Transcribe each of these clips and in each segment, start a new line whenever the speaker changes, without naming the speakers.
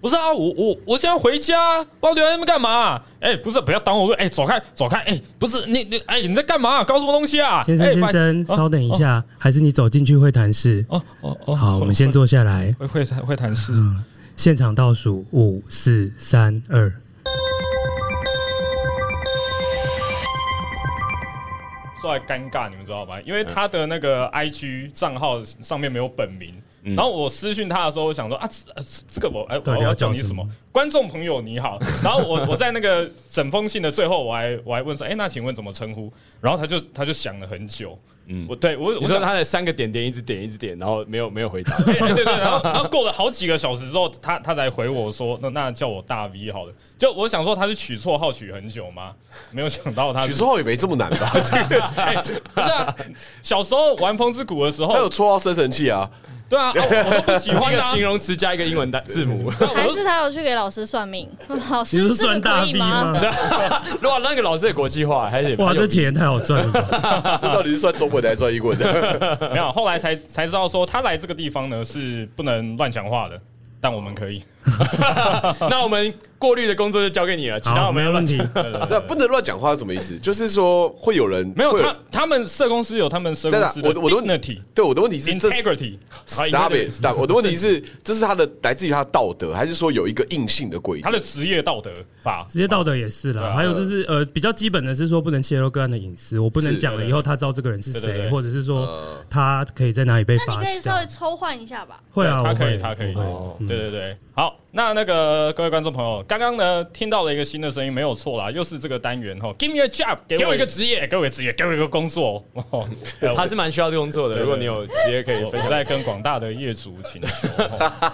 不是啊，我我我现在回家，不知道留在那边干嘛、哎、不是，不要挡我路，哎、走开，走开，哎、不是你你，哎、你在干嘛、搞什么东西啊？
先
哎
生，先
把
生，
哦
稍等一下，还是你走进去会谈室。
哦哦哦，
好，我们嗯先
做
坐下来，
会会谈会谈事。
现场倒数五、四、三、二。
说来尴尬，你们知道吧？因为他的那个 IG 账号上面没有本名，
嗯
然后我私讯他的时候，我想说啊，这呃这这个我哎，我
到底
我要
要
叫
叫
你什
什么
么？观众朋友你好。然后我我在那个整封信的最后，我还我还问说，哎，那请问怎么称呼？然后他就他就想了很久，嗯，我对我
你
我
说
想
他的三个点点一直点一直点，然后没有没有回答。
哎 对对，对然后然后过了好几个小时之后，他他才回我说，那那叫我大 V 好了。就我想说他是取绰号取很久吗？没有想到他
取
是
绰号也没这么难吧？
哎不是啊，小时候玩风之谷的时
他
候
有，绰号生成 器啊，
对啊，啊我都不喜欢
一个
啊
形容词加一个英文单字母。
那我
还
就是
他有去给老师算命？ 老
你
师，
是
这
算
个
大
可
B
以
吗？？
哇，那个老师的国际化，还是
哇，这钱也太好赚了吧！
这到底是算中文的还是算英文的？
没有，后来才才知道说他来这个地方呢是不能乱讲话的，但我们可 以。
那我们 过滤的工作就交给你了，其他
好，
我
没
们
有
要
问
乱
题。
那不能乱讲话是什么意思？就是说会有人
没有
会
他，他们社公司有他们社
对
公
啦
司，
我的我的问
dignity
对我的问题是这
integrity，啊
stop
对
it stop。我的问题是，这是他的来自于他的道德，还是说有一个硬性的规
他
定？
的职业道德吧。
职业道德也是
对
啦，
啊
还有就是呃，比较基本的是说不能泄露个案的隐私，我不能
是
讲了以后他知道这个人是
对对对
谁，
对呃
或者是说他可以在哪里被
那
罚
你可以稍微
站。
抽换一下吧。
会啊，
他
我
可以，
会
他可以。
我会
哦对对对，好，那那个各位观众朋友，刚刚呢听到了一个新的声音，没有错啦，又是这个单元哈，Give me a job，给
给我一个
职业，给我一个职业，给我一个工作。哦，
他是蛮需要这工作的。如果你有职业可以
我
分
我
享，
在跟广大的业主请求。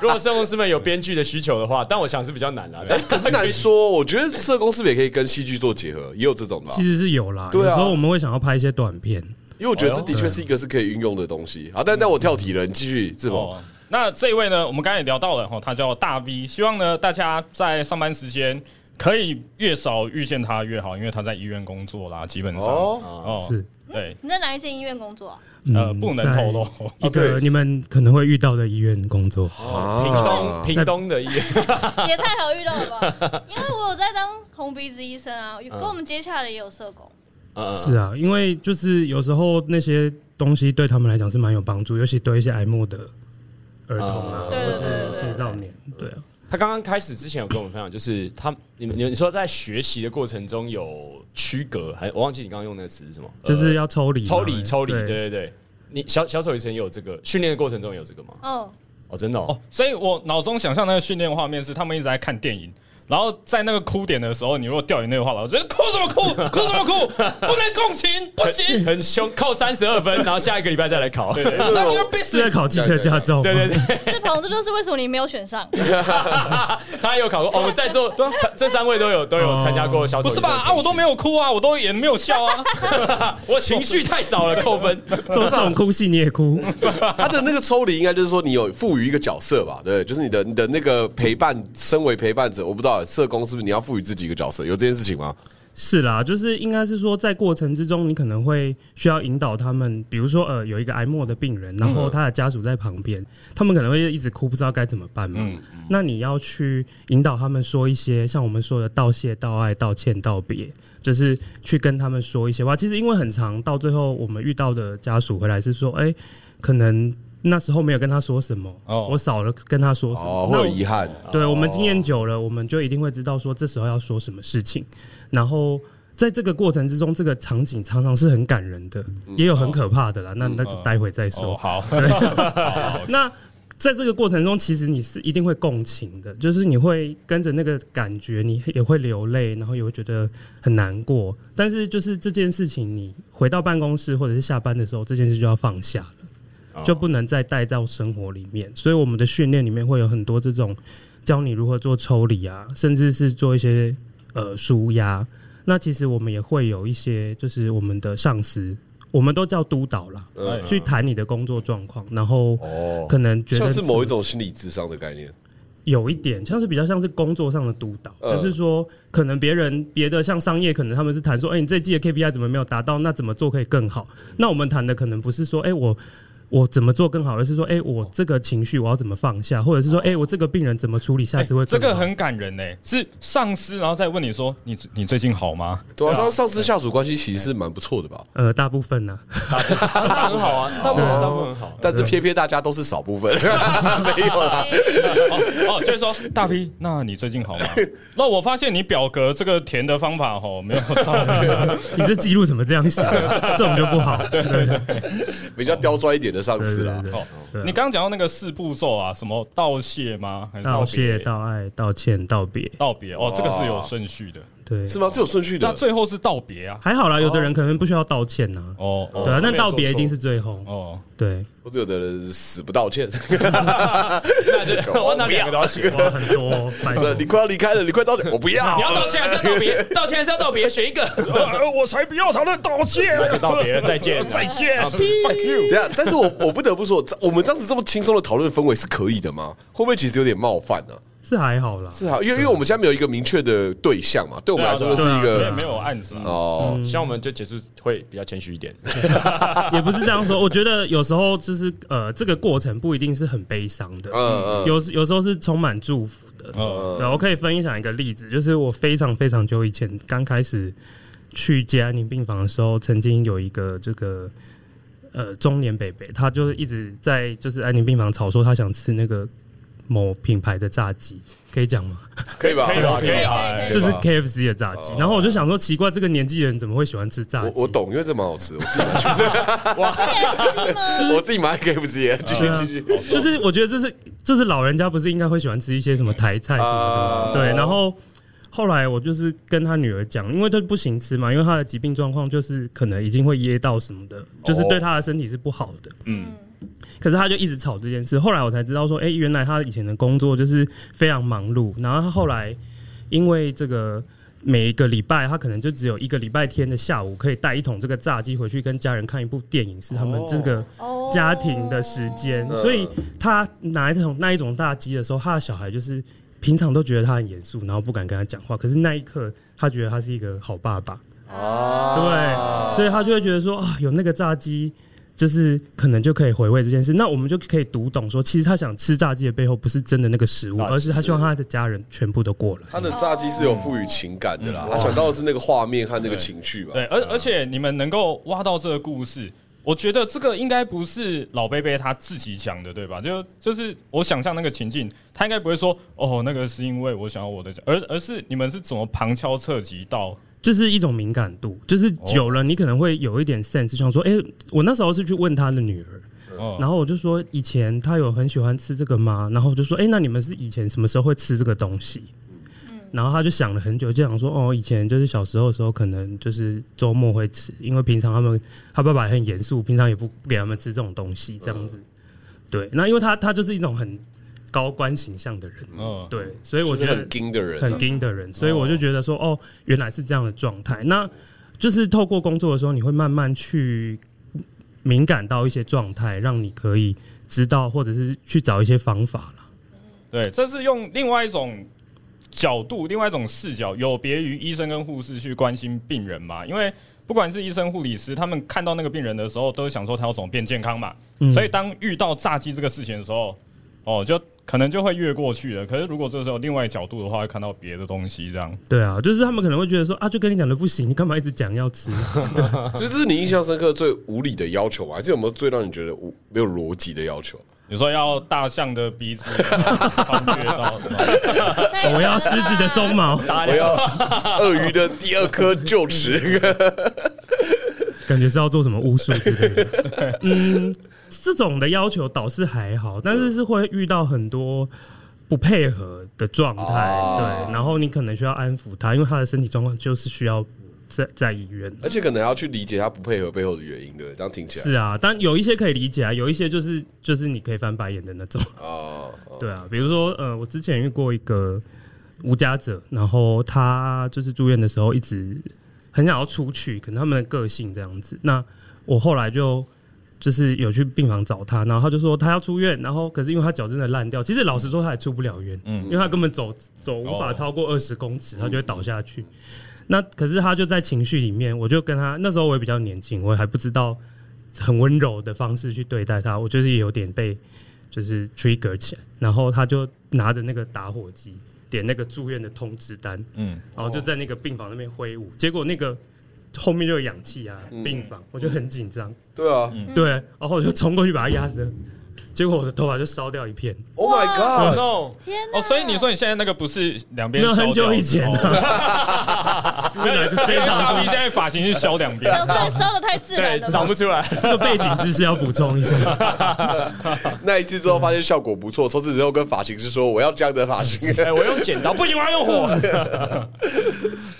如果社工师们有编剧的需求的话，但我想是比较难啦。但
很难说，我觉得社工是不是也可以跟戏剧做结合，也有这种吧
其？实是有啦，有
对啊
时候我们会想要拍一些短片，
因为我
哎
觉得这的确是一个是可以运用的东西。好，但但我跳题了，你继续，志鹏
哦。那这一位呢，我们刚才也聊到了哈，他叫大 V，希望呢大家在上班时间可以越少遇见他越好，因为他在医院工作啦，基本上哦
哦
是
对，
你在哪一间医院 工作啊？
嗯
呃不能透露哦
一
对
个你们可能会遇到的医院工作。
屏东
啊，
屏东的医院，
也太好遇到了吧？因为我有在当红鼻子医生啊，
嗯
跟我们接洽的也有社工。
是啊，因为就是有时候那些东西对他们来讲是蛮有帮助，尤其对一些癌末的儿童啊，
对对对
青少年，对啊，
他刚刚开始之前有跟我们分享，就是他你们你们说在学习的过程中有区隔，还我忘记你刚刚用那个词是什么，
就是要抽离嘛，
呃抽离抽离，对
对，
对对。你小小丑以前也有这个训练的过程中也有这个吗？
嗯，
哦，真的哦
哦，，所以我脑中想象那个训练画面是他们一直在看电影。然后在那个哭点的时候，你如果掉眼泪的话，我觉得哭什么哭， 哭什么哭，不能共情，不 行。
很凶，扣三十二 分，然后下一个礼拜再来考。对对
那个 b u
是在考汽车驾照吗，
对对，
志鹏，这就是为什么你没有 选上。
他也有考过。哦，我们 在座这三位都有都有参加过小丑，
不是吧？啊，我都没
有，
有哭啊，我都也没有笑啊，
我情绪太少了，扣分。
做这种哭戏你也哭，
他的那个抽离应该就是说你有赋予一个角色吧，对不对，就是你的你的那个陪伴，身为陪伴者，我不知道社工是不是你要赋予自己一个角色，有这件事情吗？
是啦，就是应该是说，在过程之中，你可能会需要引导他们，比如说呃，有一个癌末的病人，然后他的家属在旁边，他们可能会一直哭，不知道该怎么办嘛。那你要去引导他们说一些像我们说的道谢、道爱、道歉、道别，就是去跟他们说一些话。其实因为很长，到最后我们遇到的家属回来是说，哎、可能那时候没有跟他说什么，
哦
我少了跟他说什么，
哦，
那
会有
我
遗憾，
对，我们经验久了，我们就一定会知道说这时候要说什么事情。然后在这个过程之中，这个场景常常是很感人的，也有很可怕的啦。那那个待会再
哦，
说。
好，
那在这个过程中，其实你是一定会共情的，就是你会跟着那个感觉，你也会流泪，然后也会觉得很难过。但是就是这件事情，你回到办公室或者是下班的时候，这件事就要放下了，就不能再带到生活里面。所以我们的训练里面会有很多这种教你如何做抽离啊，甚至是做一些呃舒压。那其实我们也会有一些，就是我们的上司，我们都叫督导啦，
嗯
去谈你的工作状况，然后可能觉得
像是某一
自
种心理智商的概念。
有一点像是比较像是工作上的督导，
嗯
就是说可能别人别的像商业，可能他们是谈说，哎、你这季的 KPI 怎么没有达到？那怎么做可以更好？那我们谈的可能不是说，哎、我。我怎么做更好，而是说，哎、我这个情绪我要怎么放下，或者是说，哎、我这个病人怎么处理，下次会
哎这
更
个
好
很感人呢、欸是上司然后再问你说你你最近好吗？
对啊，上上司下属关系其实是蛮不错的吧？
呃大部分呢、
那很好啊，大部分大部分很好。
但是
啊
偏偏大家都是少部分， 没有啦。
哦哦，就是说大 P，那你最近好吗？那我发现你表格这个填的方法哦，没有照着
你这记录怎么这样写？这种就不好。对对对
比较刁钻一点的上司啦
对。对
哦
对啊
你刚刚讲到那个四步骤啊，什么道谢吗？还是
道谢、
别
道爱、道歉、道别，
道别哦，这个是有顺序的，
对，
是吗？这有顺序
那
的，
最后是道别啊。
还好啦。有的人可能不需要道歉呐、
哦
对
哦
啊，那
没有
道别
做
一
错
定是最后。
哦，
对，
或者有的人死不道歉，
我
哦
那两个都要写。
哇，很多哦，拜托
对你快要离开了，你快道歉，我不 要
你。要道歉还是要道 别？道歉还是要道别？选一个。
呃我才不要讨论道歉，
那就道别了再见
再见
啊
，fuck you。
对啊，但是我我不得不说，这我们当时这么轻松的讨论氛围是可以的吗？会不会其实有点冒犯啊呢、
是还好啦。
是啊，因为因为我们现在没有一个明确的对象嘛，对我们来说就是一
没
个
有没有案子啊。
哦，
希望我们就结束会比较谦虚一点。
也不是这样说。我觉得有时候就是呃，这个过程不一定是很悲伤的，
嗯嗯
有时有时候是充满祝福的。
嗯
然后我可以分享一个例子，就是我非常非常久以前刚开始去接安宁病房的时候，曾经有一个这个呃中年北北，他就是一直在就是啊安宁病房吵说他想吃那个某品牌的炸鸡，可以讲吗？
可以吧？
可以哎吧？可以
可以
吧
可以？
就是
对吧
KFC 的炸鸡。然后我就想说，奇怪，这个年纪人怎么会喜欢吃炸鸡？
我我懂，因为这蛮好吃，我自己买
对吗？
去，我自己买给 KFC，继续
对啊
继续。
就是我觉得这是，就是老人家不是应该会喜欢吃一些什么台菜什么
啊
的，对。然后后来我就是跟他女儿讲，因为他不行吃嘛，因为他的疾病状况就是可能已经会噎到什么的，就是
哦
对他的身体是不好的。
嗯，
可是他就一直吵这件事，后来我才知道说，哎、原来他以前的工作就是非常忙碌，然后他后来因为这个。每一个礼拜，他可能就只有一个礼拜天的下午可以带一桶这个炸鸡回去跟家人看一部电影，是他们这个
哦
家庭的时间，
嗯
所以他拿一种那一种大鸡的时候，他的小孩就是平常都觉得他很严肃，然后不敢跟他讲话，可是那一刻他觉得他是一个好爸爸，
啊
啊
对，所以他就会觉得说啊，有那个炸鸡。就是可能就可以回味这件事，那我们就可以读懂说，其实他想吃炸鸡的背后不是真的那个食物，
炸鸡
而是他希望他的家人全部都过来。
他的炸鸡是有赋予情感的啦，他想到的是那个画面和那个情绪吧。
对，而而且你们能够挖到这个故事，我觉得这个应该不是老贝贝他自己讲的，对吧？就就是我想象那个情境，他应该不会说哦，那个是因为我想要我的家，而而是你们是怎么旁敲侧击到
就是一种敏感度，就是久了你可能会有一点 sense，想说，哎、我那时候是去问他的女儿，
嗯
哦
然后我就说以前他有很喜欢吃这个吗？然后我就说，哎、那你们是以前什么时候会吃这个东西？然后他就想了很久，就想说，哦，以前就是小时候的时候，可能就是周末会吃，因为平常他们他爸爸也很严肃，平常也不不给他们吃这种东西，这样子。
嗯
对，那因为他他就是一种很高官形象的人，
嗯，
对，所以我
就是
觉得
很硬的人啊，
很盯的人，所以我就觉得说，哦，原来是这样的状态。那就是透过工作的时候，你会慢慢去敏感到一些状态，让你可以知道，或者是去找一些方法啦。
对，这是用另外一种角度、另外一种视角，有别于医生跟护士去关心病人嘛？因为不管是医生、护理师，他们看到那个病人的时候，都会想说他要怎么变健康嘛。
嗯
所以当遇到炸鸡这个事情的时候，哦，就可能就会越过去了。可是如果这时候另外角度的话，会看到别的东西，这样
对啊，就是他们可能会觉得说，啊，就跟你讲的不行，你干嘛一直讲要吃？
所以这是你印象深刻最无理的要求吗？还是有没有最让你觉得无没有逻辑的要求？
你说要大象的鼻子 穿越到什么？
那
我要狮子的鬃毛，
我要鳄鱼的第二颗臼齿。
感觉是要做什么巫术之类的。嗯，这种的要求倒是还好，但是是会遇到很多不配合的状态，
哦
对，然后你可能需要安抚他，因为他的身体状况就是需要在在医院。
而且可能要去理解他不配合背后的原因，对不对，这样听起来
是啊，但有一些可以理解啊，有一些就是就是你可以翻白眼的那种。
哦，哦
对啊，比如说呃，我之前遇过一个无家者，然后他就是住院的时候一直很想要出去，可能他们的个性这样子。那我后来就就是有去病房找他，然后他就说他要出院，然后可是因为他脚真的烂掉，其实老实说他也出不了院，因为他根本走走无法超过二十公尺，他就会倒下去。那可是他就在情绪里面，我就跟他那时候我也比较年轻，我还不知道。很温柔的方式去对待他，我就是有点被就是 trigger 起来，然后他就拿着那个打火机点那个住院的通知单，
嗯，
然后就在那个病房那边挥舞，结果那个后面就有氧气啊，病房我就很紧张，
对啊
对，然后我就冲过去把他压死了，结果我的头发就烧掉一片，
，Oh my
哦
god！
no！
天哪！
哦，所以你说你现在那个不是两边
那很
削掉
久以前
哦
了，
没有，因为大 B 现在发型是削两边，
这这烧的太自然
对
了，，吧？
长不出来。
这个背景知识要补充一下。
那一次之后发现效果不错，从此之后跟发型师说我要这样的发型。
哎，我用剪刀， 不行，我要用火。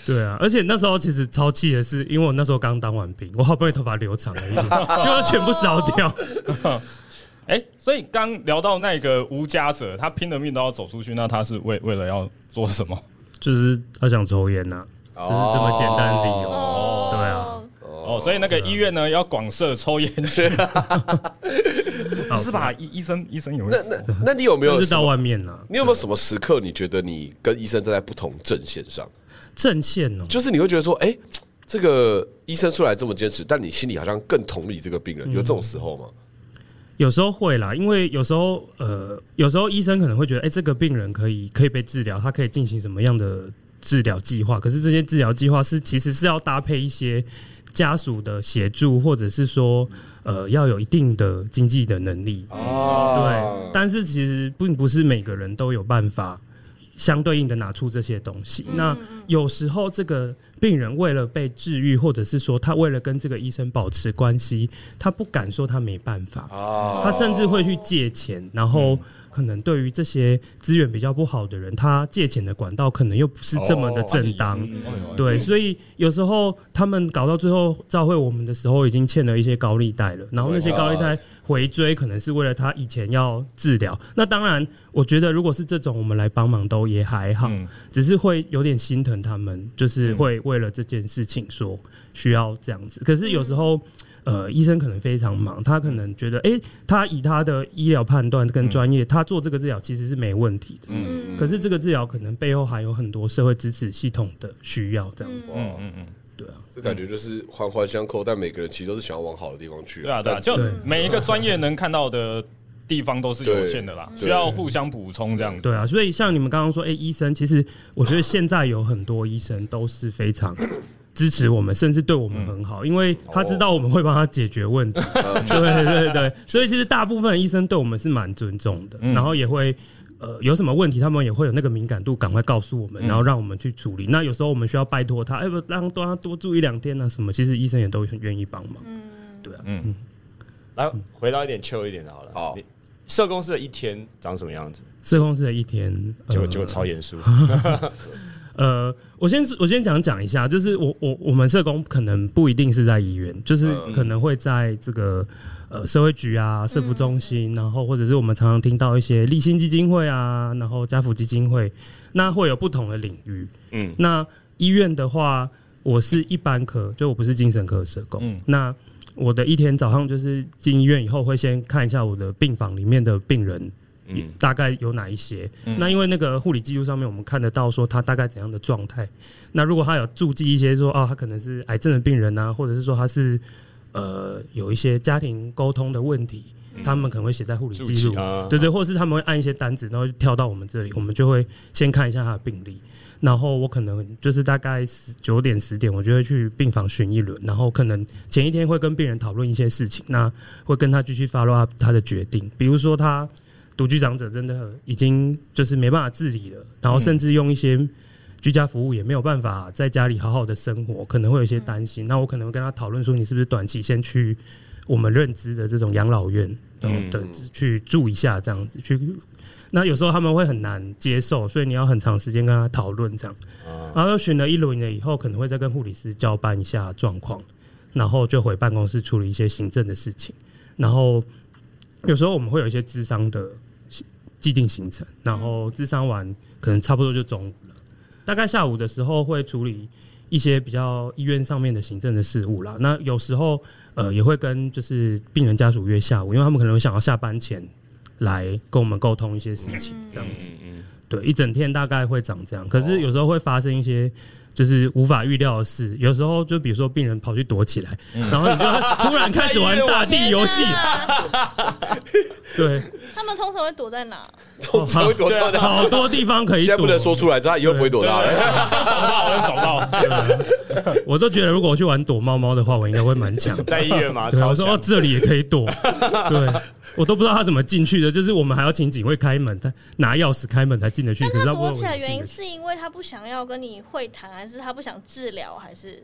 对啊，而且那时候其实超气的是，因为我那时候刚当完兵，我好不容易头发留长了一点，结果全部烧掉。
哎、所以刚聊到那个无家者，他拼了命都要走出去，那他是为为了要做什么？
就是他想抽烟呐、就是这么简单的理由。
哦，
对啊，
哦，所以那个医院呢要广设抽烟区， 不是吧？医医生医生有
那
认识
那那你有没
就
有
是
什
到
么？
外面啦、
你有没有什么时刻你觉得你跟医生站在不同阵线上？
阵线哦、
就是你会觉得说，哎、这个医生虽然这么坚持，但你心里好像更同理这个病人，有这种时候吗？
有时候会啦，因为有时候呃，有时候医生可能会觉得，哎、这个病人可以可以被治疗，他可以进行什么样的治疗计划？可是这些治疗计划是其实是要搭配一些家属的协助，或者是说呃，要有一定的经济的能力。对，但是其实并不是每个人都有办法相对应的拿出这些东西。那有时候这个病人为了被治愈，或者是说他为了跟这个医生保持关系，他不敢说他没办法，他甚至会去借钱，然后。可能对于这些资源比较不好的人，他借钱的管道可能又不是这么的正当，对，所以有时候他们搞到最后召回我们的时候，已经欠了一些高利贷了。然后那些高利贷回追，可能是为了他以前要治疗。那当然，我觉得如果是这种，我们来帮忙都也还好，
嗯
只是会有点心疼他们，就是会为了这件事情说需要这样子。可是有时候。呃，医生可能非常忙，他可能觉得，诶，他以他的医疗判断跟专业，他做这个治疗其实是没问题的。
嗯，
可是这个治疗可能背后还有很多社会支持系统的需要，这样子。
嗯嗯嗯，
这感觉就是环环相扣，但每个人其实都是想要往好的地方去。
对啊对啊，
但
就
对
每一个专业能看到的地方都是有限的啦，
对
需要互相补充这样子。
对啊，所以像你们刚刚说，哎、医生，其实我觉得现在有很多医生都是非常 支持我们，甚至对我们很好，因为他知道我们会帮他解决问题。 对对对，所以其实大部分的医生对我们是蛮尊重的，然后也会。呃，有什么问题，他们也会有那个敏感度，赶快告诉我们，然后让我们去处理。那有时候我们需要拜托他，哎、不，让多让他多住一两天啊，什么？其实医生也都很愿意帮忙。
来，回到一点 chill 一点的好了。
好
你，社公司的一天长什么样子？
社公司的一天，呃
结果结果超严肃。
呃，我先我先讲讲一下，就是我我我们社工可能不一定是在医院，就是可能会在这个呃社会局啊、社福中心，然后或者是我们常常听到一些立新基金会啊，然后家福基金会，那会有不同的领域。
嗯，
那医院的话，我是一般科，就我不是精神科社工。
嗯
那我的一天早上就是进医院以后，会先看一下我的病房里面的病人
嗯，
大概有哪一些？那因为那个护理记录上面我们看得到说他大概怎样的状态。那如果他有注记一些说啊，他可能是癌症的病人啊，或者是说他是呃有一些家庭沟通的问题，他们可能会写在护理
嗯注
记录，
记啊
对对，或是他们会按一些单子，然后就跳到我们这里，我们就会先看一下他的病历。然后我可能就是大概十九点十点，我就会去病房巡一轮，然后可能前一天会跟病人讨论一些事情，那会跟他继续 follow up 他的决定，比如说他独居长者真的已经就是没办法自理了，然后甚至用一些居家服务也没有办法在家里好好的生活，可能会有一些担心。那我可能会跟他讨论说，你是不是短期先去我们认知的这种养老院，然后的去住一下这样子去。那有时候他们会很难接受，所以你要很长时间跟他讨论这样。然后又选了一轮了以后，可能会再跟护理师交办一下状况，然后就回办公室处理一些行政的事情。然后有时候我们会有一些智商的既定行程，然后智商完可能差不多就中午了，大概下午的时候会处理一些比较医院上面的行政的事务啦。那有时候呃也会跟就是病人家属约下午，因为他们可能会想要下班前来跟我们沟通一些事情，这样子。对，一整天大概会长这样。可是有时候会发生一些就是无法预料的事，有时候就比如说病人跑去躲起来，然后你就突然开始玩
在医院
大
玩
地游戏
天，哪
对，
他们通常会躲在哪？
通常会躲到他，
好多地方可以
现
躲。
在不能说出来，知道他以后不会躲到了。
找不到，我找不到。
我都觉得如果我去玩躲猫猫的话，我应该会蛮强的。
在医院嘛，
对，
超
我说哦
强。
这里也可以躲，对我都不知道他怎么进去的，就是我们还要请警卫开门，他拿钥匙开门才进得去。
但
可是
他
不知道
躲起来
为什么
原
进
因
得去
是因为他不想要跟你会谈，还是他不想治疗，还是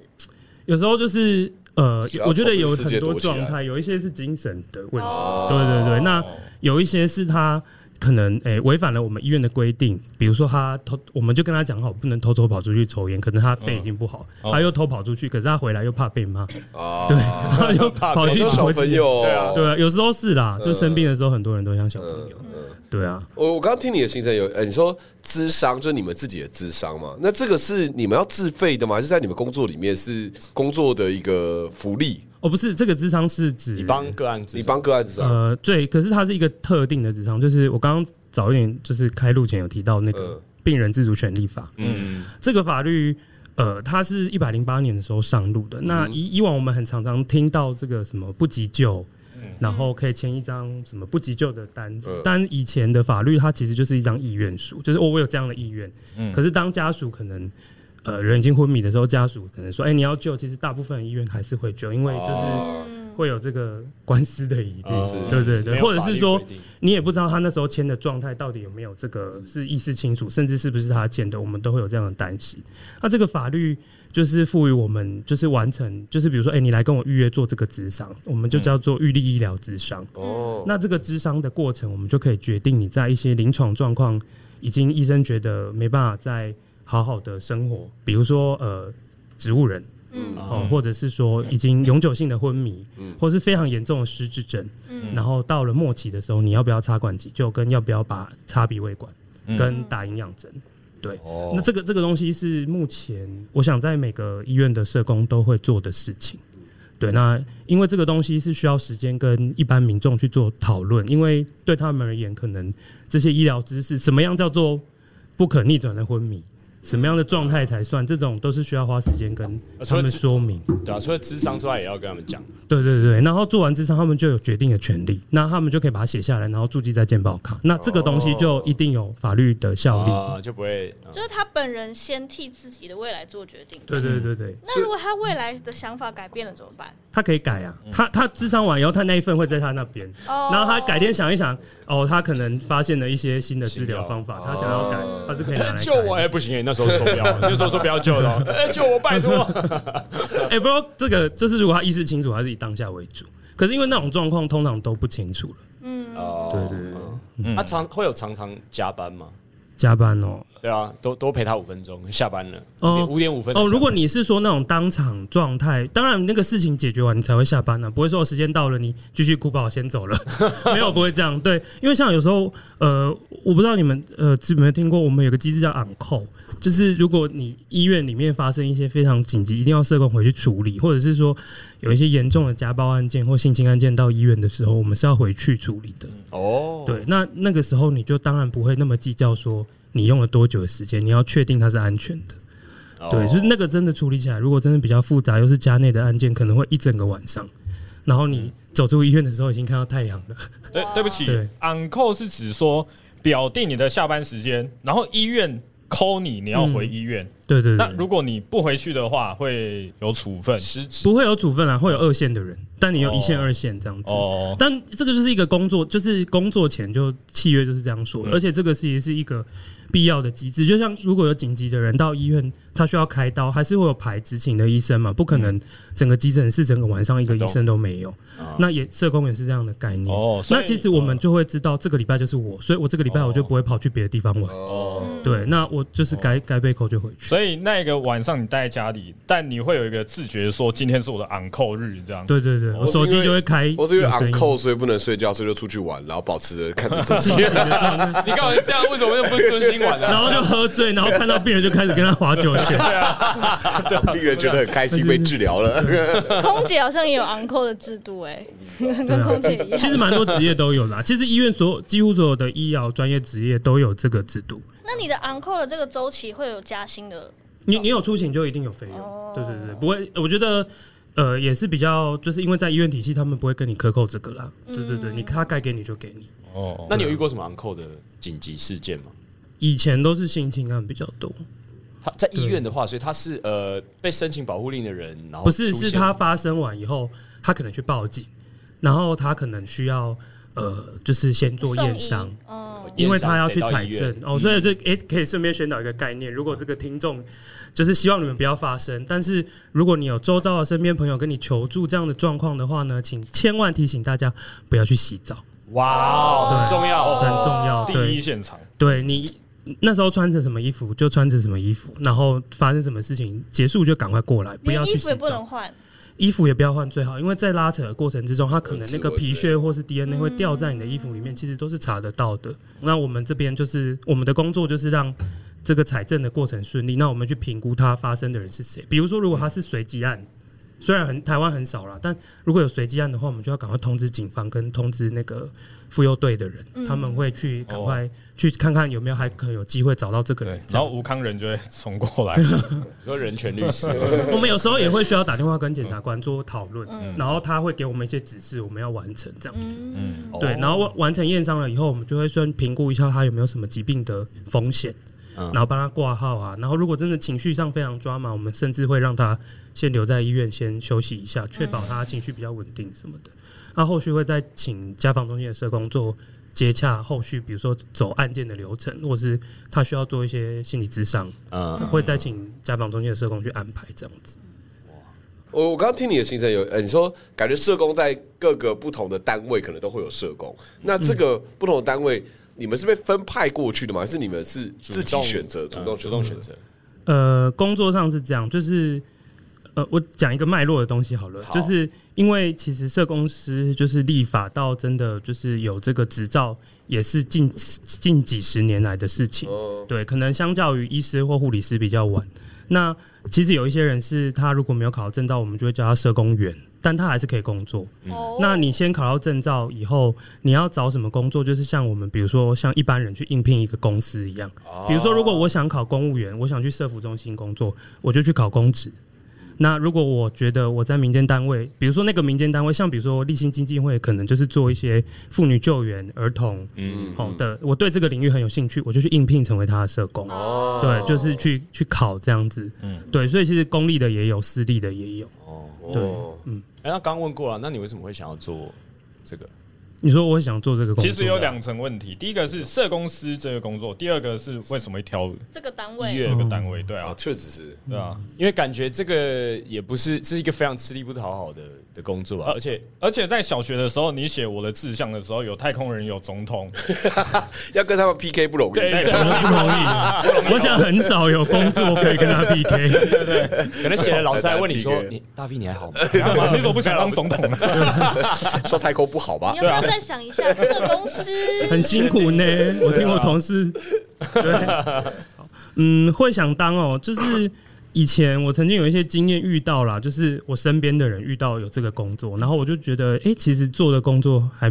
有时候就是呃
想，要
我觉得
从这个
有
世界
很多
躲起来
状态，有一些是精神的问题，
哦
对对对，那有一些是他可能诶违、反了我们医院的规定，比如说他偷，我们就跟他讲好不能偷偷跑出去抽烟，可能他肺已经不好，
哦
他又偷跑出去，可是他回来又怕被骂，对，
啊，
他又
怕被
跑去
好像小
躲
朋
起
友
对啊
哦，
对啊，有时候是啦，就生病的时候，很多人都像小朋友，对啊，
我我刚刚听你的行程有，呃，你说智商就是你们自己的智商嘛？那这个是你们要自费的吗？还是在你们工作里面是工作的一个福利？
哦，不是这个智商是指
你帮个案子，
你啊帮个案智商？
呃，对，可是它是一个特定的智商，就是我刚刚早一点就是开录前有提到那
嗯
个病人自主权利法，
嗯，
这个法律，呃，它是一百零八年的时候上路的。那以以往我们很常常听到这个什么不急救，
嗯
然后可以签一张什么不急救的单子
嗯，
但以前的法律它其实就是一张意愿书，就是哦我有这样的意愿，
嗯
可是当家属可能。呃，人已经昏迷的时候，家属可能说：“哎、你要救。”其实大部分医院还是会救，因为就是会有这个官司的疑虑，
嗯
是
对对
哦是
对，
没有
或者
法
是
律
说
规定
你也不知道他那时候签的状态到底有没有这个是意识清楚，甚至是不是他签的，我们都会有这样的担心。那这个法律就是赋予我们，就是完成，就是比如说，哎、你来跟我预约做这个咨商，我们就叫做预立医疗咨商。
哦，
那这个咨商的过程，我们就可以决定你在一些临床状况已经医生觉得没办法再好好的生活，比如说呃植物人，
嗯
哦，或者是说已经永久性的昏迷，或是非常严重的失智症，
嗯
然后到了末期的时候，你要不要插管急救，跟要不要把插鼻胃管，跟打营养针。对，
哦
那这个这个东西是目前我想在每个医院的社工都会做的事情。对，那因为这个东西是需要时间跟一般民众去做讨论，因为对他们而言，可能这些医疗知识，什么样叫做不可逆转的昏迷，什么样的状态才算，这种都是需要花时间跟他
呃除了
们
自
说明。
对啊，除了智商之外，也要跟他们讲。
对对对，然后做完智商，他们就有决定的权利，那他们就可以把它写下来，然后注记在健保卡。那这个东
哦
西就一定有法律的效力。
啊，就不会。嗯
就是他本人先替自己的未来做决定。
对对对对，
那如果他未来的想法改变了怎么办？
他可以改啊，他他智商完以后，他那一份会在他 那边，
哦
然后他改天想一想，哦，他可能发现了一些新的治疗
新的
方法，他想要改，他是可以拿来
救我！
改
哎，不行哎，那时候说不要，那时候说不要救了 哦，哎，救我，拜托。
的。哎，不过这个就是如果他意识清楚，还是以当下为主。可是因为那种状况通常都不清楚了，
哦，
对对对
对，他啊常会有常常加班吗？
加班哦，
对啊，多多陪他五分钟，下班了，
哦
五点五分才下
哦，
班
如果你是说那种当场状态，当然那个事情解决完你才会下班呢、啊不会说时间到了你继续哭吧，我先走了，没有不会这样。对，因为像有时候呃，我不知道你们呃有没有听过，我们有个机制叫 on call，就是如果你医院里面发生一些非常紧急，一定要社工回去处理，或者是说有一些严重的家暴案件或性侵案件到医院的时候，我们是要回去处理的。
哦，
对，那那个时候你就当然不会那么计较说你用了多久的时间，你要确定它是安全的。
哦
对，就是那个真的处理起来，如果真的比较复杂，又是家内的案件，可能会一整个晚上。然后你走出医院的时候，已经看到太阳了。
对，对不起
对
，uncle 是指说表定你的下班时间，然后医院扣你，你要回医院。
对对
那
对，
如果你不回去的话，会有处分。
失职
不会有处分啊，会有二线的人，但你有一线、二线这样子。
哦，
但这个就是一个工作，就是工作前就契约就是这样说的，而且这个其实是一个必要的机制。就像如果有紧急的人到医院，他需要开刀，还是会有排执勤的医生嘛，不可能整个急诊室整个晚上一个医生都没有。那也社工也是这样的概念。
哦所以
那其实我们就会知道这个礼拜就是我，所以我这个礼拜我就不会跑去别的地方玩。
哦，
对，那我就是该该被扣就回去。
所以那个晚上你待在家里，但你会有一个自觉说今天是我的 uncle 日，这样。
对对对，我手机就会开，
我是因为
有声
on
音
call 所以不能睡觉，所以就出去玩，然后保持着看着手机。
你干嘛这样？为什么又不遵啊心晚
然
呢？
后就喝醉，然后看到病人就开始跟他划酒拳。
病人觉得很开心，被治疗了。
空姐好像也有 uncle 的制度哎、
对
跟
啊
空姐 一样。
其实蛮多职业都有啦。其实医院所有几乎所有的医疗专业职业都有这个制度，
那你的 uncle 的这个周期会有加薪的
你你有出勤就一定有费用，
哦
对对对，不会，我觉得。呃，也是比较，就是因为在医院体系，他们不会跟你克扣这个啦。对对对，
嗯
你他该给你就给你。
哦，
那你有遇过什么 uncle 的紧急事件吗？
以前都是性侵案比较
哦
多，
他在医院的话，所以他是呃被申请保护令的人，然后
不是
出
是
现
他发生完以后，他可能去报警，然后他可能需要呃，就是先做验伤
送医，嗯，
因为他要去
验伤
采
得到医
证
院嗯
哦，所以这诶、可以顺便宣导一个概念，如果这个听众就是希望你们不要发生，但是如果你有周遭的身边朋友跟你求助这样的状况的话呢，请千万提醒大家不要去洗澡，
哦
哇，
哦对
很重要，
很重要，
第
对
一，现场，
对你。那时候穿着什么衣服就穿着什么衣服，然后发生什么事情结束就赶快过来，不要
连
去
衣
洗
服也不
澡
能。换，
衣服也不要换最好，因为在拉扯的过程之中，它可能那个皮屑或是 DNA 会掉在你的衣服里面，其实都是查得到的。那我们这边就是我们的工作就是让这个采证的过程顺利，那我们去评估它发生的人是谁。比如说，如果它是随机案，虽然很台湾很少啦，但如果有随机案的话，我们就要赶快通知警方跟通知那个妇幼队的人，他们会去赶快去看看有没有还可能有机会找到这个人
对。，然后吴康仁就会冲过 来，
你说人权律 师，
我们有时候也会需要打电话跟检察官做讨论，然后他会给我们一些指示，我们要完成这样子。
嗯，
哦
对，然后完完成验伤了以后，我们就会先评估一下他有没有什么疾病的风险，
嗯
然后帮他挂号啊。然后如果真的情绪上非常抓马，我们甚至会让他先留在医院先休息一下，确保他情绪比较稳定什么的。那后续会再请家访中心的社工做接洽，后续比如说走案件的流程，或是他需要做一些心理咨商，
嗯，
会再请家访中心的社工去安排这样子。
我我刚刚听你的行程有，呃，你说感觉社工在各个不同的单位可能都会有社工，那这个不同的单位，你们是被分派过去的吗？还是你们是自己选择主 动
主动选
择？
择，
呃，工作上是这样，就是呃，我讲一个脉络的东西好了，
好
就是因为其实社工师就是立法到真的就是有这个执照，也是近近几十年来的事情。
嗯，
对，可能相较于医师或护理师比较晚。那其实有一些人是他如果没有考到证照，我们就会叫他社工员，但他还是可以工作。嗯
哦
那你先考到证照以后，你要找什么工作？就是像我们，比如说像一般人去应聘一个公司一样。比如说，如果我想考公务员，我想去社服中心工作，我就去考公职。那如果我觉得我在民间单位，比如说那个民间单位，像比如说立新基金会，可能就是做一些妇女救援、儿童
嗯，
好的，我对这个领域很有兴趣，我就去应聘成为他的社工。
哦，
对，就是去去考这样子。嗯，对，所以其实公立的也有，私立的也有。
哦
哎，那刚刚问过了，那你为什么会想要做这个？
你说我想做这个工作，
其实有两层问题，第一个是社公司这个工作，第二个是为什么会挑
这个单
医
位
院这个单位？
嗯
对
啊
啊，，
确实是，
对啊，
因为感觉这个也不是是一个非常吃力不讨好的的工作吧，啊而且
而且在小学的时候，你写我的志向的时候，有太空人，有总统，
要跟他们 PK 不容 易。
对
我不同意。我想很少有工作可以跟他 PK。
可能写了老师还问你说
大家 PK：“
你大 V 你还好吗
你怎么不想当总统呢？
说太空不好吧
你要？不要再想一下社工师？
很辛苦呢。我听我同事，对，嗯，会想当哦，就是以前我曾经有一些经验遇到啦，就是我身边的人遇到有这个工作，然后我就觉得，诶，其实做的工作还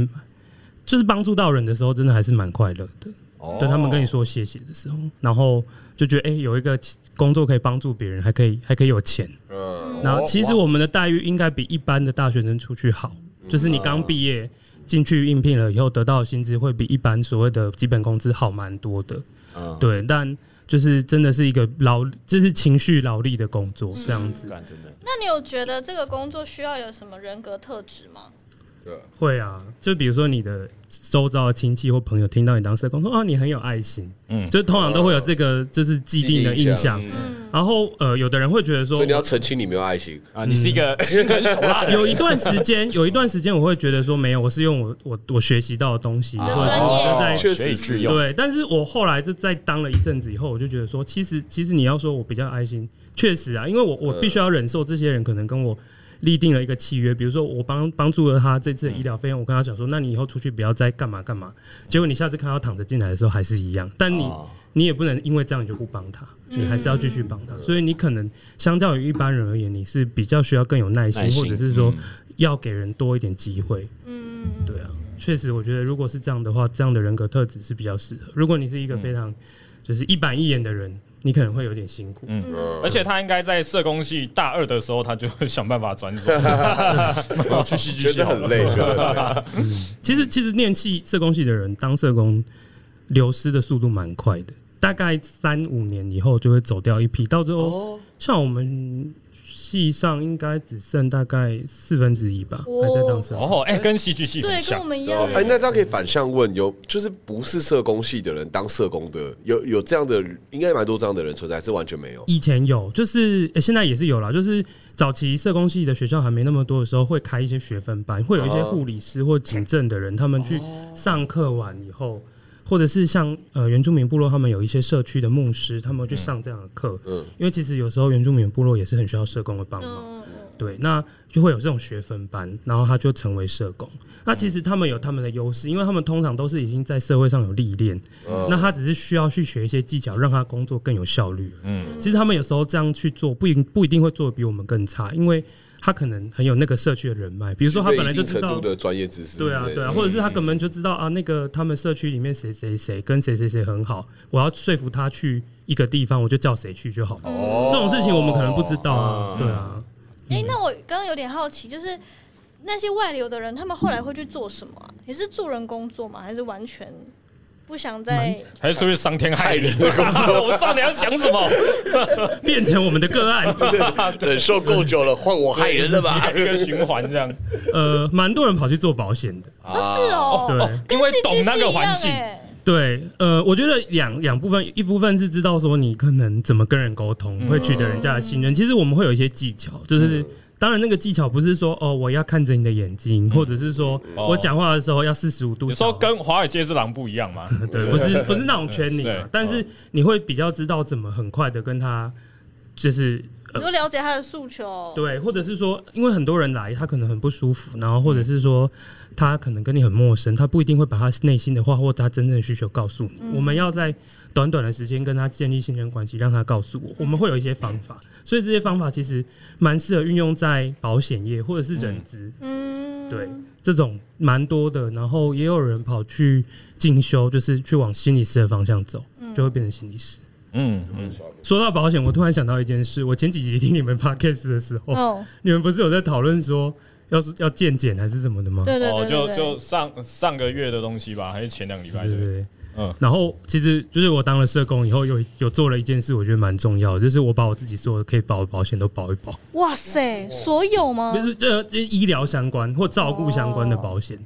就是帮助到人的时候，真的还是蛮快乐的。？”
哦
对他们跟你说谢谢的时候，然后就觉得诶，有一个工作可以帮助别人，还可以还可以有钱，
嗯，
然后其实
哦哇嗯
我们的待遇应该比一般的大学生出去好，就是你刚毕业进去应聘了以后得到的薪资会比一般所谓的基本工资好蛮多的。
嗯，
对，但就是真的是一个劳，就是情绪劳力的工作这样子。
干真的
那你有觉得这个工作需要有什么人格特质吗？
对，
会啊，就比如说你的周遭的亲戚或朋友听到你当社工，说啊你很有爱心，
嗯
嗯，就通常都会有这个就是既定的印象。
嗯，
然后呃，有的人会觉得说，
所以你要澄清你没有爱心，
啊，你是一个心狠手辣的人
有一段时间，有一段时间我会觉得说没有，我是用我我我学习到的东西，
啊
或者是我在
确
学
实
以致
是
用，
对，但是我后来就在当了一阵子以后，我就觉得说，其实其实你要说我比较爱心，确实啊，因为我我必须要忍受这些人可能跟我立定了一个契约，比如说我帮帮助了他这次的医疗费用，我跟他讲说，那你以后出去不要再干嘛干嘛，结果你下次看他躺着进来的时候还是一样，但你、
哦
你也不能因为这样你就不帮他，你还是要继续帮他，所以你可能相较于一般人而言，你是比较需要更有耐心，
耐心
或者是说要给人多一点机会，
嗯，
对啊，确实，我觉得如果是这样的话，这样的人格特质是比较适合。如果你是一个非常就是一板一眼的人，你可能会有点辛苦。
而且他应该在社工系大二的时候，他就会想办法转走。我去戏剧
觉
系
得
好
很
了，
累，觉得很累
其实其实念系社工系的人当社工流失的速度蛮快的，大概三五年以后就会走掉一批，到最后、像我们系上应该只剩大概四分之一吧，还在当社工。
哦，哎，跟戏剧系很
对，跟
像
我。们一样。
哎，那这样可以反向问，有就是不是社工系的人当社工的，有有这样的，应该蛮多这样的人存在，还是完全没有？
以前有，就是、诶现在也是有啦。就是早期社工系的学校还没那么多的时候，会开一些学分班，会有一些
哦
护理师或警政的人，他们去上课完以后，或者是像呃原住民部落，他们有一些社区的牧师，他们去上这样的课。
嗯哦
因为其实有时候原住民部落也是很需要社工的帮忙。
嗯，
对，那就会有这种学分班，然后他就成为社工。那其实他们有他们的优势，因为他们通常都是已经在社会上有历练，那他只是需要去学一些技巧，让他工作更有效率。嗯，其实他们有时候这样去做，不一定不一定会做的比我们更差，因为他可能很有那个社区的人脉，比如
比
说他本来就知
程
道
度。的专业知识之类
对啊
的，，
对啊，或者是他根本就知道啊，那个他们社区里面谁谁谁跟谁谁谁很好，我要说服他去一个地方，我就叫谁去就好。
哦
这种事情我们可能不知道啊，对啊。
哎、
嗯
那我刚刚有点好奇，就是那些外流的人，他们后来会去做什么、啊？也是助人工作吗？还是完全不想再？
还是出去伤天害理的 工作？ 我到底要想什么？
变成我们的个案。
忍受够久了，换我害人了吧？
一个循环这样。
呃，蛮多人跑去做保险的。
哦，是哦，
对
跟
啊因为
戏剧
懂那
系
个
一
环
样
境
哎
对，呃，我觉得两两部分，一部分是知道说你可能怎么跟人沟通，会取得人家的信任。其实我们会有一些技巧，就是。当然，那个技巧不是说哦，我要看着你的眼睛，或者是说
哦
我讲话的时候要四十五度角。
你说跟华尔街之狼不一样吗？
对，不是不是那种圈你
对
啊，但是你会比较知道怎么很快的跟他，就是
你就了解他的诉求。
对，或者是说，因为很多人来，他可能很不舒服，然后或者是说，他可能跟你很陌生，他不一定会把他内心的话或他真正的需求告诉你。我们要在短短的时间跟他建立信任关系，让他告诉我，我们会有一些方法。所以这些方法其实蛮适合运用在保险业或者是人资，
嗯，
对这种蛮多的。然后也有人跑去进修，就是去往心理师的方向走，就会变成心理师。
嗯嗯，
说到保险，我突然想到一件事，我前几集听你们 podcast 的时候。
哦，
你们不是有在讨论说要是要健检还是什么的吗？
对对
哦，
对
就
对
就上上个月的东西吧，还是前两个礼拜
对对
的？
对。
嗯
嗯，然后其实就是我当了社工以后有，有做了一件事，我觉得蛮重要的，就是我把我自己所有可以保的保险都保一保，
哇塞，所有吗？
就是这这医疗相关或照顾相关的保险，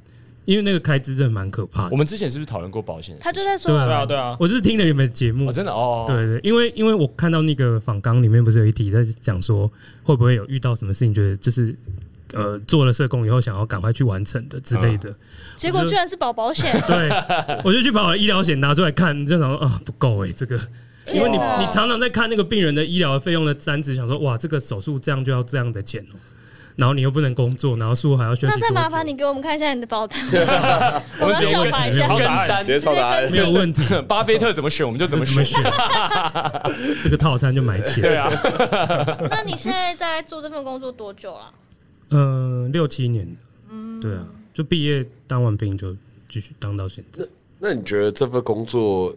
因为那个开支真的蛮可怕
我
的。
们之前是不是讨论过保险的事
他
情？
就在
对
说，
对
啊
啊对啊，
我就是听了你们的节目
哦，，真的哦，
对对，因为因为我看到那个访纲里面不是有一题在讲说，会不会有遇到什么事情，觉得就是呃做了社工以后想要赶快去完成的之类的，
结果居然是保 保险，
对，我就去把我医疗险拿出来看，就想说啊，不够哎、这个，因为你
天哪
你常常在看那个病人的医疗费用的单子，想说哇，这个手术这样就要这样的钱哦、然后你又不能工作，然后术后还要休息。
那再麻烦，你给我们看一下你的保单，我
我们
们
直接
小
跟
白一
直接
下
跟。
跟
答案
直接
单，
抄答案
没有问 题，
巴菲特怎么选我们就怎么
怎么
选。
选？这个套餐就买起来。
对啊，
那你现在在做这份工作多久了？
嗯，六七年，
嗯
对啊，就毕业当完兵就继续当到现在。
那你觉得这份工作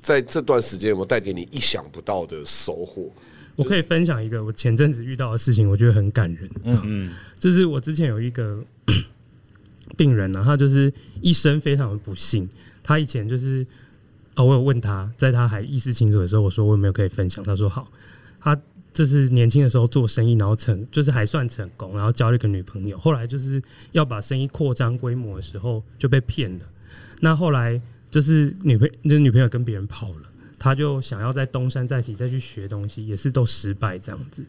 在这段时间有没有带给你意想不到的收获？
我可以分享一个我前阵子遇到的事情，我觉得很感人。嗯
嗯
嗯，就是我之前有一个 病人呢、啊，他就是一生非常的不幸。他以前就是，哦，我有问他，在他还意识清楚的时候，我说我有没有可以分享？他说好。他这是年轻的时候做生意，然后成就是还算成功，然后交了一个女朋友。后来就是要把生意扩张规模的时候就被骗了。那后来就是女朋那女朋友跟别人跑了，他就想要在东山再起，再去学东西，也是都失败这样子，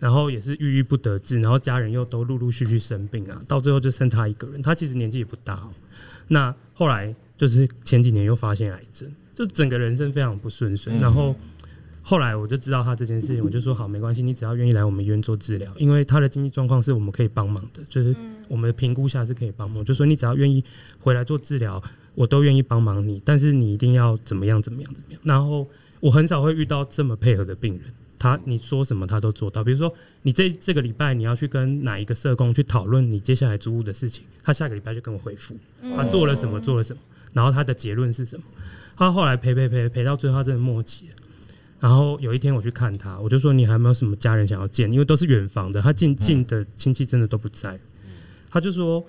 然后也是郁郁不得志，然后家人又都陆陆续续生病啊，到最后就剩他一个人。他其实年纪也不大、哦，那后来就是前几年又发现癌症，就整个人生非常不顺遂，然后。后来我就知道他这件事情，我就说好，没关系，你只要愿意来我们医院做治疗，因为他的经济状况是我们可以帮忙的，就是我们评估下是可以帮忙。我就说你只要愿意回来做治疗，我都愿意帮忙你，但是你一定要怎么样怎么样怎么样。然后我很少会遇到这么配合的病人，他你说什么他都做到。比如说你这这个礼拜你要去跟哪一个社工去讨论你接下来租屋的事情，他下个礼拜就跟我回复，他做了什么做了什么，然后他的结论是什么。他后来陪陪陪陪到最后，他真的默契了。然后有一天我去看他，我就说你还没有什么家人想要见，因为都是远房的，他近近的亲戚真的都不在。他就说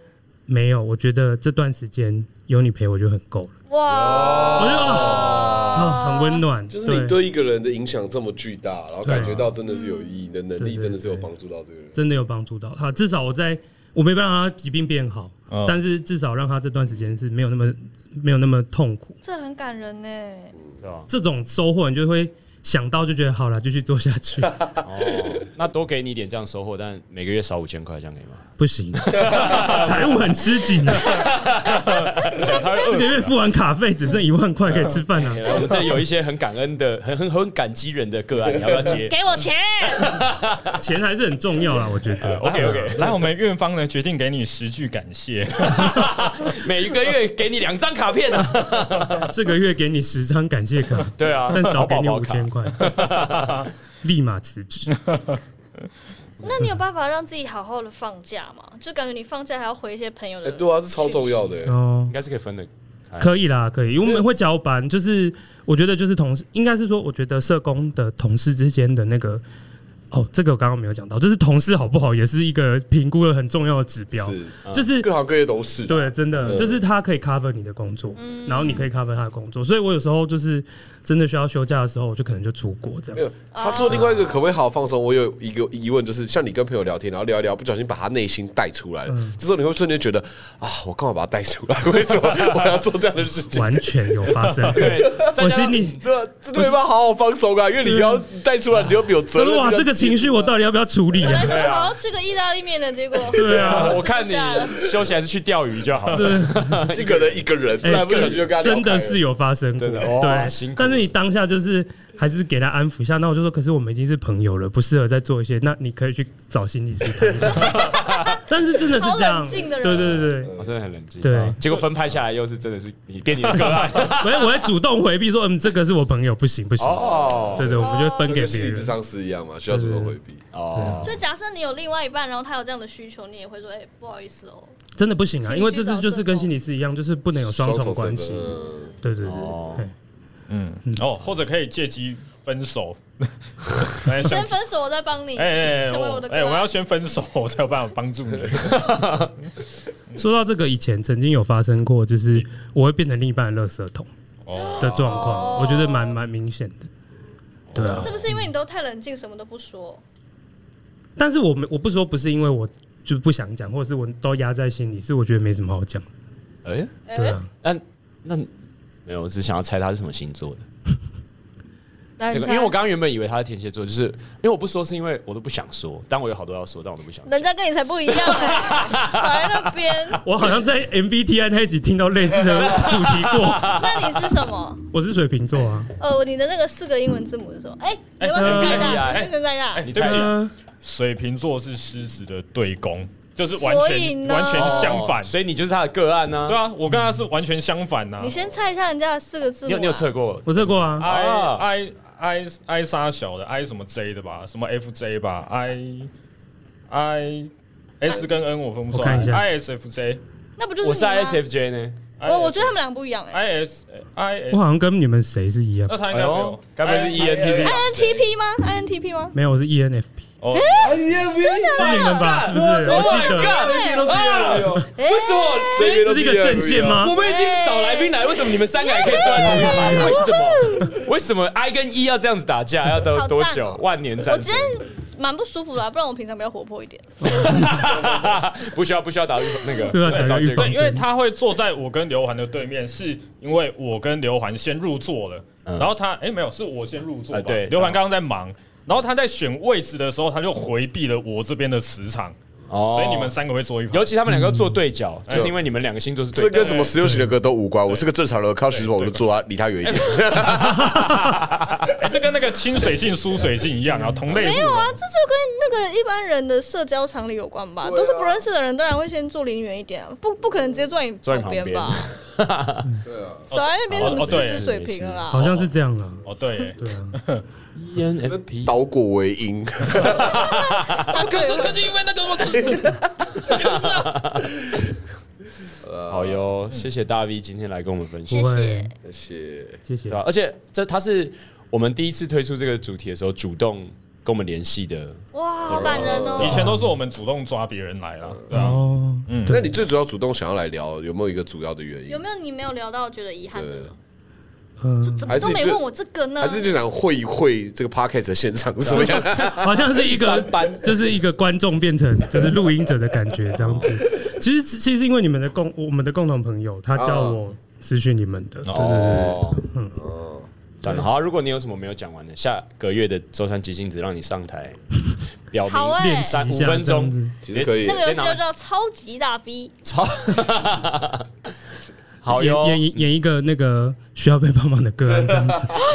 没有，我觉得这段时间有你陪我就很够了。
哇，
我就哦啊，很温暖，
就是你
对
对一个人的影响这么巨大，然后感觉到真的是有意义，你的能
对
力
对
真的是有
对
帮助到这个人。
真的有帮助到他。至少我在我没办法让他疾病变好，
嗯
但是至少让他这段时间是没有那么没有那么痛苦。
这很感人呢。
对吧？
这种收获，你就会想到就觉得好了，继续做下去。
哦，那多给你一点这样收获，但每个月少五千块，这样可以吗？
不行，财务很吃紧，
他会饿
这个月付完卡费只剩一万块可以吃饭啊。
来我们这里有一些很感恩的、很很很感激人的个案，你要不要接
给我钱，
钱还是很重要啦，我觉得。
？OK OK，
来，我们院方呢决定给你十句感谢。
每一个月给你两张卡片啊。
这个月给你十张感谢卡，
对啊，
但少给
宝
你
宝
五
卡
千块，立马辞职。
那你有办法让自己好好的放假吗？就感觉你放假还要回一些朋友
哎，
的，
对啊，是超重要的。
哦
应，该是可以分的。哎
可以啦，可以，因为我们会交班，就是我觉得就是同事，应该是说，我觉得社工的同事之间的那个。哦，这个我刚刚没有讲到，就是同事好不好也是一个评估的很重要的指标，
是
就是
各行各业都是。
对，真的、
嗯
就是他可以 cover 你的工作，
嗯
然后你可以 cover 他的工作，所以我有时候就是真的需要休假的时候，我就可能就出国这
没
样
有
子。，
他说另外一个可不可以好好放松？我有一个疑问，就是像你跟朋友聊天，然后聊一聊，不小心把他内心带出来了，
嗯
这时候你会瞬间觉得啊，我干嘛把他带出来？ 为什么我要做这样的事 情？
完全有发生，
对，
我心里
对啊，这没办法好好放松啊，因为你要带出来，你又没有责任。
哇，
你要
这个情绪我到底要不要处理
本来
啊？
说好好吃个意大利面的，结果
对啊
我看你休息还是去钓鱼就好了。
对，
尽可能一个人，不
哎
然不小心就跟他聊开了
真的是有发生过，
真的哦辛
对
苦。
但是你当下就是还是给他安抚一下，那我就说，可是我们已经是朋友了，不适合再做一些，那你可以去找心理师谈。 但是真的是这
好
样，
冷
对
静的
对
人哦
对对，
我真的很冷静。
对
结果分派下来又是真的是你变你的个案
我要我会主动回避说，嗯，这个是我朋友，不行不行，
哦
对对，我们就会分
就
给别
跟心理智
人。
商是一样嘛，需要主动回避。
哦
所以假设你有另外一半，然后他有这样的需求，你也会说，哎、不好意思哦。
真的不行
请
啊，
你
因为这
去
是
找
就是
社
跟
工
心理师一样，就是不能有双重关系
身。份嗯
对对对
哦
对，嘿
嗯，哦，或者可以借机分手。 哎，想
先分手，我再帮你，
哎哎哎，
成为我
我
的。啊
哎，我要。先分手，我才有办法帮助你。
说到这个，以前曾经有发生过，
嗯
就是我会变成另一半的垃圾桶
哦，
的状况，
哦
我觉得蛮蛮明显的。对啊，
是不是因为你都太冷静，什么都不说？
但是我没我不说，不是因为我就不想讲，或者是我都压在心里，是我觉得没什么好讲。
哎，
哎、
对啊，
那那没有，我只想要猜他是什么星座的。
来
这个，因为我刚刚原本以为他是天蝎座，就是因为我不说是因为我都不想说，但我有好多要说，但我都不想
人家跟你才不一样、哎少在那边。
我好像在 MBTI 那一集听到类似的主题过，
那你是什么？
我是水瓶座啊。
呃，你的那个四个英文字母是什么？哎、你要不要
哎
跟大
哎
家？
哎
你跟大家
哎，
你
对不
猜
起，
呃
水瓶座是狮子的对攻，就是完
所以
全
呢
完全相反。
哦所以你就是他的个案呢、
对啊，我跟他是完全相反啊呐
你。先猜一下人家的四个字母、啊。
你有你有测过？
我测过啊，
I
啊
I I I 杀小的，I 什么 J 的吧，什么 FJ 吧，I I S 跟 N 我分不出
我看
来
一下
，ISFJ
那不就是啊
我是
你吗
ISFJ 呢，
我我觉得他们两个不一样哎、
I S I
我
S，
好像跟你们谁是一样，
那他应该没
哎
有
呦，该不会是 ENTP
INTP 吗？INTP 吗？
没有，我是 E ENFP，
哦，
哎
是你们吧？是不是？我记得，
哎、
Oh 为什么？
这边
这
都
是一个阵线吗
我？们已经找来宾来，为什么你们三个还可以坐在同一个
哎
班？为什么？为什么 I 跟 E 要这样子打架？要
好
多多
赞哦
久？万年
我
战
今
争？
天蛮不舒服的、啊，不然我平常比较活泼一点。
不需要，不需要打预防那个
这啊个打
对找
预
借口
防
因为他会坐在我跟刘环的对面，是因为我跟刘环先入座了，然后他哎、没有，是我先入座吧、
啊对
刘环刚刚在忙，然后他在选位置的时候，他就回避了我这边的磁场，
哦
所以你们三个会坐一排
尤。其他们两个做对角，就是因为你们两个星座是
这
对角
跟。什么十六型人格都无关，我是个正常人，看到徐志摩我就坐啊，离他远一点。
哎这跟那个亲水性、疏水性一样啊，同类
没
目
有啊，这就跟那个一般人的社交常理有关吧。
啊
都是不认识的人，当然会先坐离你远一点啊，不不可能直接坐你
坐你旁
边吧？
对啊，
少在那边什么
哦
四
对
肢水平了啦。
好像是这样啊。
哦，对耶，
对啊，
E ENFP
倒果为因，
哦可是可是
因为那个我，啊好哟，谢谢大 V 今天来跟我们分享
谢，
不
谢
会。
谢谢。
谢谢
对。吧、而且这他是我们第一次推出这个主题的时候主动跟我们联系的，
哇，好感人哦！
以前都是我们主动抓别人来啦，对啊，
哦，
那你最主要主动想要来聊，有没有一个主要的原因
有？没有你没有聊到觉得遗憾的呢？
嗯，
怎么
还是
都没
就
问我这个呢？
还是就想会一会这个 podcast 的现场是什么样？
好像是一个
一般般
就是一个观众变成就是录音者的感觉这样子。其实其实是因为你们的共我们的共同朋友，他叫我私讯你们的，对对对。嗯
哦，算了，好啊，如果你有什么没有讲完的，下个月的周三急性子让你 上台表
好欸
明
练
三
习
五
一下
分
这样子
钟，
其实可以
那个游戏
直接拿
就叫超级大 V，
超 好
演
哦哟，
演一演一个那个需要被帮忙的个案这样子，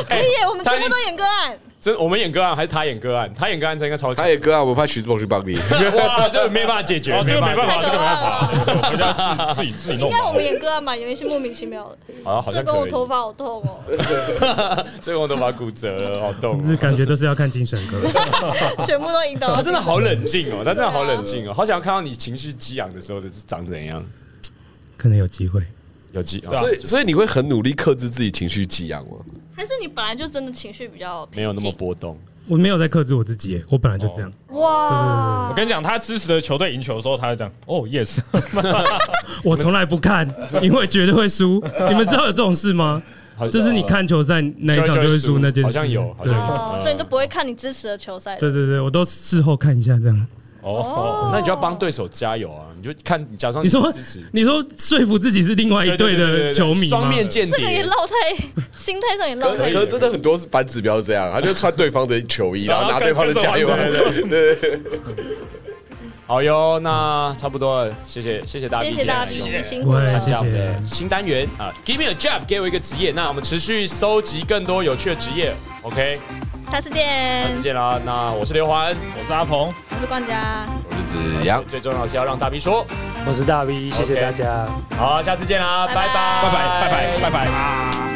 可以耶，我们
哎他
全
已
部
经
都演个案，
真我们演个案还是他演个案？他演个案这应该超级
他也哥啊，我们派徐志鹏去帮你。
哇，这个没办法解决，
哦，这个没办法，
太可
这个没
怕
办法，
了。
回家自己自己自己
应
弄
该我
吧
们。演个案吧，演一些莫名其妙的。
哦 好像好
社
像
工，我
可
头
以，
发好痛哦，
最后都把它骨折了，好痛
就是
哦。
感觉都是要看精神科。
全部都 引导到。
他啊真的好冷静哦，他真的好冷静哦，好想要看到你情绪激昂的时候的长怎样，
可能有机会。
有激哦昂，
对啊
所以，所以你会很努力克制自己情绪激昂吗？
还是你本来就真的情绪比较平
没有那么
静
波动。
我没有在克制我自己耶，我本来就这样。
哦
哇！
我跟你讲，他支持的球队赢球的时候，他就这样，哦，yes，
我从来不看，因为绝对会 输。你们知道有这种事吗？
好
就是你看球赛那一场就会输那件事，
好像有，好
对
像有。
哦，所以你都不会看你支持的球赛的。
对对对，我都事后看一下这样。
哦，
那你就要帮对手加油啊！你就看，假装
你说
支持
你说说服自己是另外一队的球迷吗
双面间
这个
谍，
也落太心态上也落
可
太
是，可是真的很多是反指标这样，他就穿对方的球衣，然后拿对方的加油。
对对对
好哟，那差不多了，谢谢谢谢大家，
谢谢大家，
谢
辛
谢
苦辛
不
苦
会
了
参。加我们
谢
的
谢
新单元啊，Give me a job，给我一个职业。那我们持续搜集更多有趣的职业。OK，
下次
下
见，
次见啦。那我是刘环，
我是阿鹏，
我是冠佳。
我是子阳。
最重要的是要让大 B 说。
我是大 V，谢谢大家。
好，下次见啦，啊
拜
拜
拜
拜拜拜拜拜拜。
拜。